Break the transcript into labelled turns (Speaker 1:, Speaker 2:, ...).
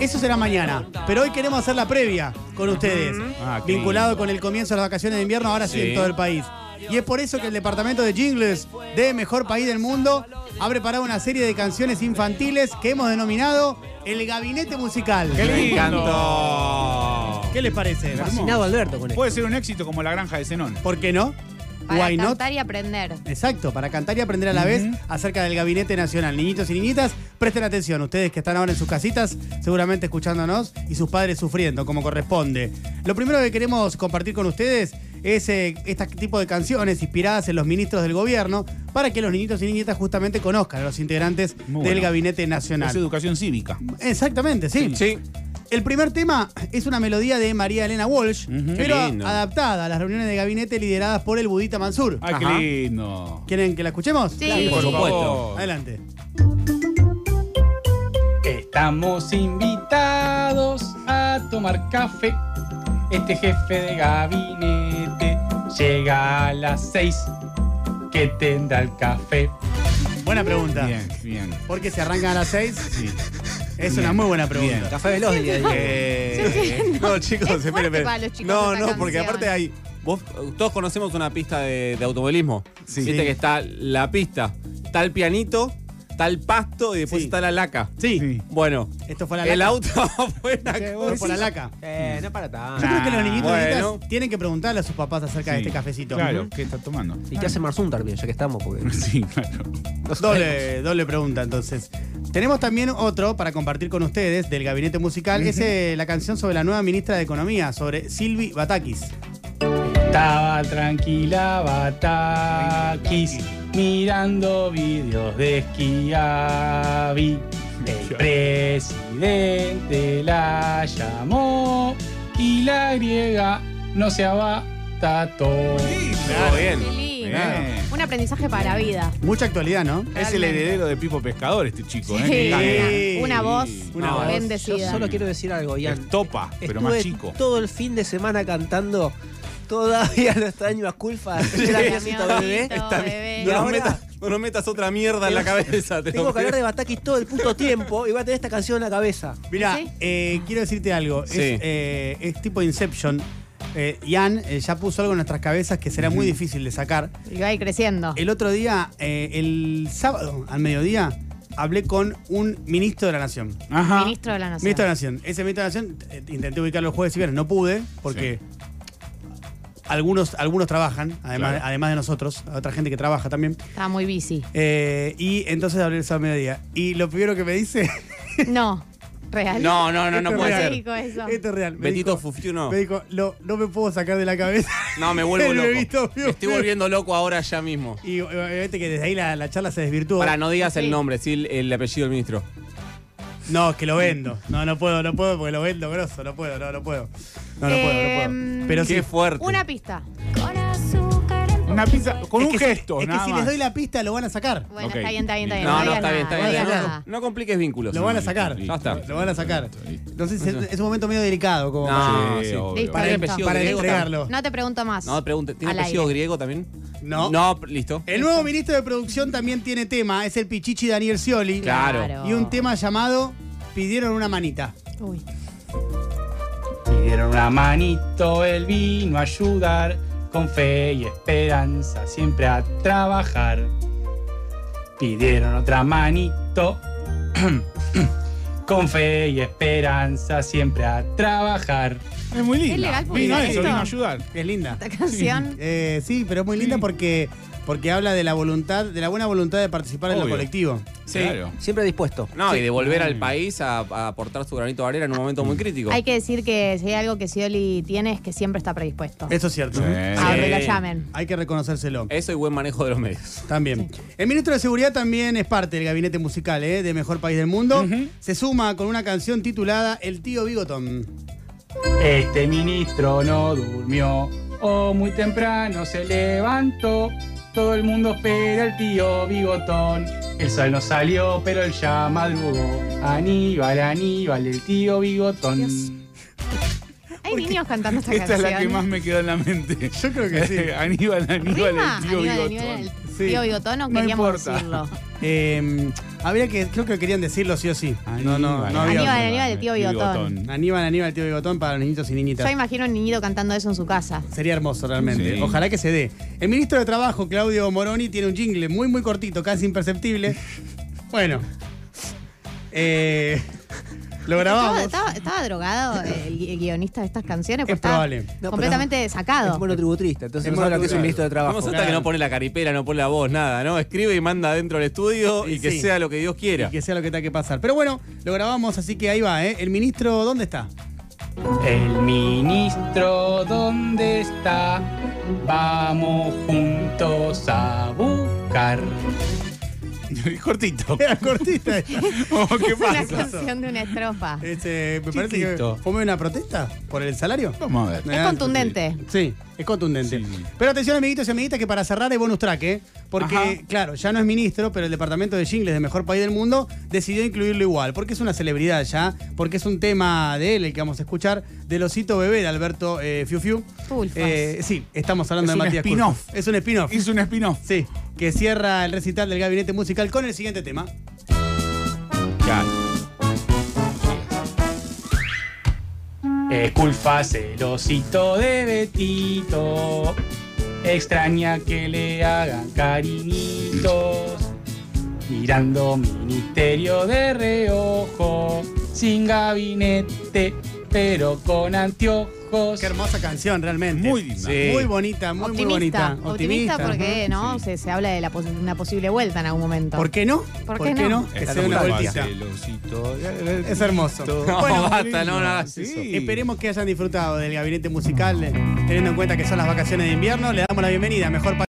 Speaker 1: Eso será mañana. Pero hoy queremos hacer la previa con ustedes.
Speaker 2: Ah, qué
Speaker 1: vinculado
Speaker 2: lindo.
Speaker 1: con el comienzo de las vacaciones de invierno, ahora sí,
Speaker 2: Sí.
Speaker 1: en todo el país. Y es por eso que el departamento de jingles de Mejor País del Mundo ha preparado una serie de canciones infantiles que hemos denominado El Gabinete Musical.
Speaker 2: ¡Qué
Speaker 1: Me
Speaker 2: lindo!
Speaker 1: encantó. ¿Qué les parece?
Speaker 3: Fascinado Alberto con esto.
Speaker 2: Puede ser un éxito como la granja de Zenón.
Speaker 1: ¿Por qué no?
Speaker 4: Para
Speaker 1: Why not?
Speaker 4: cantar y aprender.
Speaker 1: Exacto, para cantar y aprender a la vez
Speaker 2: Ujú.
Speaker 1: acerca del Gabinete Nacional. Niñitos y niñitas, presten atención. Ustedes que están ahora en sus casitas, seguramente escuchándonos, y sus padres sufriendo, como corresponde. Lo primero que queremos compartir con ustedes es eh, este tipo de canciones inspiradas en los ministros del gobierno para que los niñitos y niñitas justamente conozcan a los integrantes
Speaker 2: Muy
Speaker 1: del
Speaker 2: bueno.
Speaker 1: Gabinete
Speaker 2: Es
Speaker 1: Nacional.
Speaker 2: educación cívica.
Speaker 1: Exactamente, sí. El primer tema es una melodía de María Elena Walsh,
Speaker 2: Ujú.
Speaker 1: pero
Speaker 5: Qué lindo.
Speaker 1: adaptada a las reuniones de gabinete lideradas por el budita Mansur.
Speaker 2: Ay, Ah, qué
Speaker 5: Ajá.
Speaker 2: lindo.
Speaker 1: ¿Quieren que la escuchemos?
Speaker 4: Sí. Claro,
Speaker 5: por supuesto.
Speaker 2: favor.
Speaker 1: Adelante.
Speaker 6: Estamos invitados a tomar café. Este jefe de gabinete llega a las seis. que tendrá el café?
Speaker 1: Buena pregunta.
Speaker 2: Bien, bien.
Speaker 1: ¿Por qué se arrancan a las 6?
Speaker 2: Sí.
Speaker 1: Es
Speaker 2: Bien.
Speaker 1: una muy buena pregunta.
Speaker 2: Bien.
Speaker 3: Café veloz el día de hoy.
Speaker 5: Eh, no, chicos,
Speaker 4: Es
Speaker 5: esperen,
Speaker 4: fuerte
Speaker 5: esperen.
Speaker 4: para los chicos
Speaker 5: no,
Speaker 4: esta
Speaker 5: no, porque
Speaker 4: canción.
Speaker 5: aparte hay. Vos, todos conocemos una pista de, de automovilismo.
Speaker 1: Sí.
Speaker 5: Viste
Speaker 1: Sí.
Speaker 5: que está la pista, está el pianito, está el pasto y después
Speaker 1: Sí.
Speaker 5: está la laca.
Speaker 1: Sí.
Speaker 2: Sí.
Speaker 5: Bueno,
Speaker 1: Esto fue la
Speaker 5: el
Speaker 1: laca.
Speaker 5: auto fue una
Speaker 1: Sí,
Speaker 5: cosa.
Speaker 1: vos por la laca.
Speaker 3: Eh, no para
Speaker 1: Yo
Speaker 3: tanto.
Speaker 1: creo que los niñitos y niñitas
Speaker 5: bueno.
Speaker 1: tienen que preguntarle a sus papás acerca de
Speaker 2: Ah. Sí.
Speaker 1: este cafecito.
Speaker 2: Claro, ¿qué está tomando?
Speaker 3: ¿Y qué hace Marzun también, ya que estamos? Porque...
Speaker 2: Sí, claro.
Speaker 1: Doble, doble pregunta, entonces. Tenemos también otro para compartir con ustedes del gabinete musical. Es eh, la canción sobre la nueva ministra de Economía, sobre Silvi Batakis.
Speaker 6: Estaba tranquila Batakis mirando videos de esquiavi. El presidente la llamó y la griega no se abatató.
Speaker 5: Todo bien.
Speaker 4: Qué lindo.
Speaker 2: Bien.
Speaker 4: Un aprendizaje para vida.
Speaker 1: Mucha actualidad, ¿no?
Speaker 2: Es el heredero de Pipo Pescador este chico, ¿eh?
Speaker 4: Sí.
Speaker 2: Que gana.
Speaker 4: Una voz
Speaker 1: Una
Speaker 3: No,
Speaker 1: voz.
Speaker 3: Yo
Speaker 4: bendecida.
Speaker 3: solo quiero decir algo, Ian.
Speaker 2: Es topa, pero
Speaker 3: Estuve
Speaker 2: más chico.
Speaker 3: todo el fin de semana cantando Todavía lo extraño a culpa Era mi amito bebé.
Speaker 4: Está bebé.
Speaker 5: No,
Speaker 3: Y
Speaker 5: nos
Speaker 3: ahora-
Speaker 5: metas, no nos metas otra mierda en la cabeza. te lo
Speaker 3: Tengo que
Speaker 5: juro.
Speaker 3: hablar de Batakis todo el puto tiempo y voy a tener esta canción en la cabeza.
Speaker 1: Mira,
Speaker 4: ¿Sí?
Speaker 1: eh, quiero decirte algo.
Speaker 5: Sí.
Speaker 1: Es, eh, es tipo Inception. Eh, Ian eh, ya puso algo en nuestras cabezas que será muy difícil de sacar.
Speaker 4: Y va a ir
Speaker 5: Ah.
Speaker 4: creciendo.
Speaker 1: El otro día, eh, el sábado al mediodía, hablé con un ministro de la Nación.
Speaker 5: ah,
Speaker 2: Ajá.
Speaker 4: Ministro de la Nación.
Speaker 1: Ministro de la Nación. Ese ministro de la Nación eh, intenté ubicarlo el jueves y viernes, no pude, porque algunos, algunos trabajan, además,
Speaker 2: Claro.
Speaker 1: además de nosotros, otra gente que trabaja también.
Speaker 4: Estaba muy busy.
Speaker 1: Eh, y entonces hablé el sábado al mediodía. Y lo primero que me dice,
Speaker 4: No, real.
Speaker 5: No, no, no,
Speaker 4: Este
Speaker 5: no
Speaker 1: Esto
Speaker 5: puede
Speaker 1: es
Speaker 5: ser.
Speaker 4: Rico eso.
Speaker 1: esto es real. Me
Speaker 5: Betito
Speaker 1: dijo,
Speaker 5: Fufiu no.
Speaker 1: me dijo, "Lo- no me puedo sacar de la cabeza.
Speaker 5: No, me vuelvo
Speaker 1: El
Speaker 5: loco.
Speaker 1: bebito,
Speaker 5: me estoy
Speaker 1: bebé.
Speaker 5: volviendo loco ahora ya mismo.
Speaker 1: Y eh, obviamente que desde ahí la, la charla se desvirtuó.
Speaker 5: Para, no digas
Speaker 4: Sí.
Speaker 5: el nombre, sí el, el apellido del ministro.
Speaker 1: No, es que lo vendo. No, no puedo, no puedo porque lo vendo grosso. No puedo, no, no puedo. No, no puedo, no
Speaker 4: Em,
Speaker 1: puedo. Pero sí.
Speaker 5: Qué fuerte.
Speaker 4: Una pista.
Speaker 2: Una pizza con
Speaker 1: Es
Speaker 2: un
Speaker 1: que si-
Speaker 2: gesto,
Speaker 1: es que
Speaker 2: nada
Speaker 1: si
Speaker 2: más.
Speaker 1: les doy la pista lo van a sacar.
Speaker 4: Bueno,
Speaker 2: Ok.
Speaker 4: está bien, está bien, está bien.
Speaker 5: No, no,
Speaker 4: digas
Speaker 5: está bien, está
Speaker 4: nada,
Speaker 5: bien.
Speaker 1: no
Speaker 5: está
Speaker 1: digas
Speaker 5: bien.
Speaker 1: nada.
Speaker 5: No, no compliques vínculos.
Speaker 1: Lo van a sacar.
Speaker 5: Ya está.
Speaker 1: Lo van a sacar. Entonces es, es un momento medio delicado como
Speaker 5: No,
Speaker 2: Sí,
Speaker 5: sí.
Speaker 2: obvio.
Speaker 4: Listo,
Speaker 1: para,
Speaker 5: ¿Tiene
Speaker 4: listo.
Speaker 5: apellido
Speaker 1: para
Speaker 5: griego
Speaker 1: entregarlo.
Speaker 4: No te pregunto más.
Speaker 5: No, pregunte, ¿tiene
Speaker 4: Al
Speaker 5: apellido
Speaker 4: aire.
Speaker 5: griego también?
Speaker 1: No.
Speaker 5: No, listo.
Speaker 1: El nuevo ministro de producción también tiene tema, es el Pichichi Daniel Scioli.
Speaker 5: Claro.
Speaker 1: Y un tema llamado Pidieron una manita.
Speaker 4: Uy.
Speaker 6: Pidieron una manito, él vino a ayudar, con fe y esperanza, siempre a trabajar. Pidieron otra manito, con fe y esperanza, siempre a trabajar.
Speaker 2: Es muy linda.
Speaker 4: Es legal porque
Speaker 2: vino
Speaker 4: es
Speaker 2: eso,
Speaker 4: esto.
Speaker 2: vino a ayudar.
Speaker 1: Es linda.
Speaker 4: Esta canción.
Speaker 1: Eh, sí, pero es muy linda
Speaker 2: Sí.
Speaker 1: porque, porque habla de la voluntad, de la buena voluntad de participar en lo
Speaker 2: Obvio.
Speaker 1: colectivo.
Speaker 5: Sí.
Speaker 2: Claro.
Speaker 3: Siempre dispuesto.
Speaker 5: No, y de volver al
Speaker 2: Mm.
Speaker 5: país a, a aportar su granito de arena en un momento
Speaker 1: Mm.
Speaker 5: muy crítico.
Speaker 4: Hay que decir que si hay algo que Scioli tiene es que siempre está predispuesto.
Speaker 1: Eso es cierto.
Speaker 2: Sí.
Speaker 4: A donde Ah, la
Speaker 5: Sí. Eh,
Speaker 4: llamen.
Speaker 1: Hay que reconocérselo.
Speaker 5: Eso y buen manejo de los medios.
Speaker 1: También. El ministro de Seguridad también es parte del gabinete musical ¿eh? de Mejor País del Mundo.
Speaker 2: Ujú.
Speaker 1: Se suma con una canción titulada El tío Bigotón.
Speaker 6: Este ministro no durmió, o muy temprano se levantó. Todo el mundo espera al tío Bigotón. El sol no salió, pero él ya madrugó. Aníbal, Aníbal, el tío Bigotón.
Speaker 4: Dios. Hay Hay niños cantando esta,
Speaker 2: Esta es
Speaker 4: canción.
Speaker 2: la que más me quedó en la mente.
Speaker 1: Yo creo que sí.
Speaker 2: Aníbal, Aníbal,
Speaker 4: Rima,
Speaker 2: el tío
Speaker 4: Aníbal,
Speaker 2: Bigotón.
Speaker 4: Aníbal, el
Speaker 2: Sí.
Speaker 4: tío Bigotón, no
Speaker 2: No
Speaker 4: queríamos
Speaker 2: importa.
Speaker 4: decirlo.
Speaker 1: Eh, habría que, creo que querían decirlo sí o sí. No, no, no había.
Speaker 4: Aníbal,
Speaker 1: otra.
Speaker 4: Aníbal, el tío Bigotón.
Speaker 1: Aníbal, Aníbal, tío Bigotón para los niñitos y niñitas.
Speaker 4: Yo imagino un niñito cantando eso en su casa.
Speaker 1: Sería hermoso realmente.
Speaker 2: Sí.
Speaker 1: Ojalá que se dé. El ministro de Trabajo, Claudio Moroni, tiene un jingle muy, muy cortito, casi imperceptible. Bueno. Eh, lo
Speaker 4: Estaba,
Speaker 1: grabamos.
Speaker 4: estaba- estaba drogado el, gui- el guionista de estas canciones,
Speaker 1: Es
Speaker 4: porque estaba
Speaker 1: probable. No,
Speaker 3: pero-
Speaker 4: completamente
Speaker 3: Es
Speaker 4: sacado.
Speaker 3: monotributista, entonces
Speaker 1: Es
Speaker 3: no sabe lo que es
Speaker 1: monotributista.
Speaker 3: un ministro de trabajo.
Speaker 5: Vamos hasta
Speaker 1: claro.
Speaker 5: que no pone la caripera, no pone la voz, nada, ¿no? Escribe y manda dentro del estudio
Speaker 1: Sí,
Speaker 5: y que
Speaker 1: sí.
Speaker 5: sea lo que Dios quiera.
Speaker 1: Y que sea lo que tenga que pasar. Pero bueno, lo grabamos, así que ahí va, ¿eh? El ministro, ¿dónde está?
Speaker 6: El ministro, ¿dónde está? Vamos juntos a buscar.
Speaker 2: Cortito.
Speaker 1: Era cortita.
Speaker 2: Oh, ¿Qué
Speaker 4: Es una
Speaker 2: pasa? Eh,
Speaker 4: canción de una estrofa.
Speaker 1: Este, me parece
Speaker 6: Chiquito.
Speaker 1: que fue una protesta por el salario.
Speaker 2: Vamos a ver.
Speaker 4: Es contundente.
Speaker 1: Sí, es contundente.
Speaker 2: Sí, sí.
Speaker 1: Pero atención, amiguitos y amiguitas, que para cerrar hay bonus track, ¿eh? Porque,
Speaker 2: Ajá.
Speaker 1: claro, ya no es ministro, pero el departamento de jingles de Mejor País del Mundo decidió incluirlo igual, porque es una celebridad ya, porque es un tema de él el que vamos a escuchar, del osito bebé de Alberto eh, Fiu Fiu.
Speaker 4: Pulfas.
Speaker 1: Eh, sí, estamos hablando
Speaker 2: Es
Speaker 1: de
Speaker 2: un
Speaker 1: Matías
Speaker 2: spin-off.
Speaker 1: Culfas. Es un spin-off.
Speaker 2: Hizo un spin-off.
Speaker 1: Sí, que cierra el recital del gabinete musical con el siguiente tema.
Speaker 2: Ya.
Speaker 6: Es Eh, culpa celosito de Betito. Extraña que le hagan cariñitos. Mirando ministerio de reojo. Sin gabinete, pero con anteojos.
Speaker 1: Qué hermosa canción, realmente.
Speaker 2: Muy digna.
Speaker 5: Sí.
Speaker 1: Muy bonita, muy, muy bonita.
Speaker 4: optimista, optimista porque no se, se habla de la pos- una posible vuelta en algún momento.
Speaker 1: ¿Por qué no?
Speaker 4: ¿Por qué no?
Speaker 1: Que
Speaker 2: Está
Speaker 1: se dé una
Speaker 2: como
Speaker 1: vueltita.
Speaker 2: Marcelosito.
Speaker 1: Es hermoso.
Speaker 5: No,
Speaker 1: Bueno,
Speaker 5: basta, no, no hagas
Speaker 2: Sí.
Speaker 5: eso.
Speaker 1: Esperemos que hayan disfrutado del gabinete musical, eh, teniendo en cuenta que son las vacaciones de invierno. Le damos la bienvenida a Mejor Pa-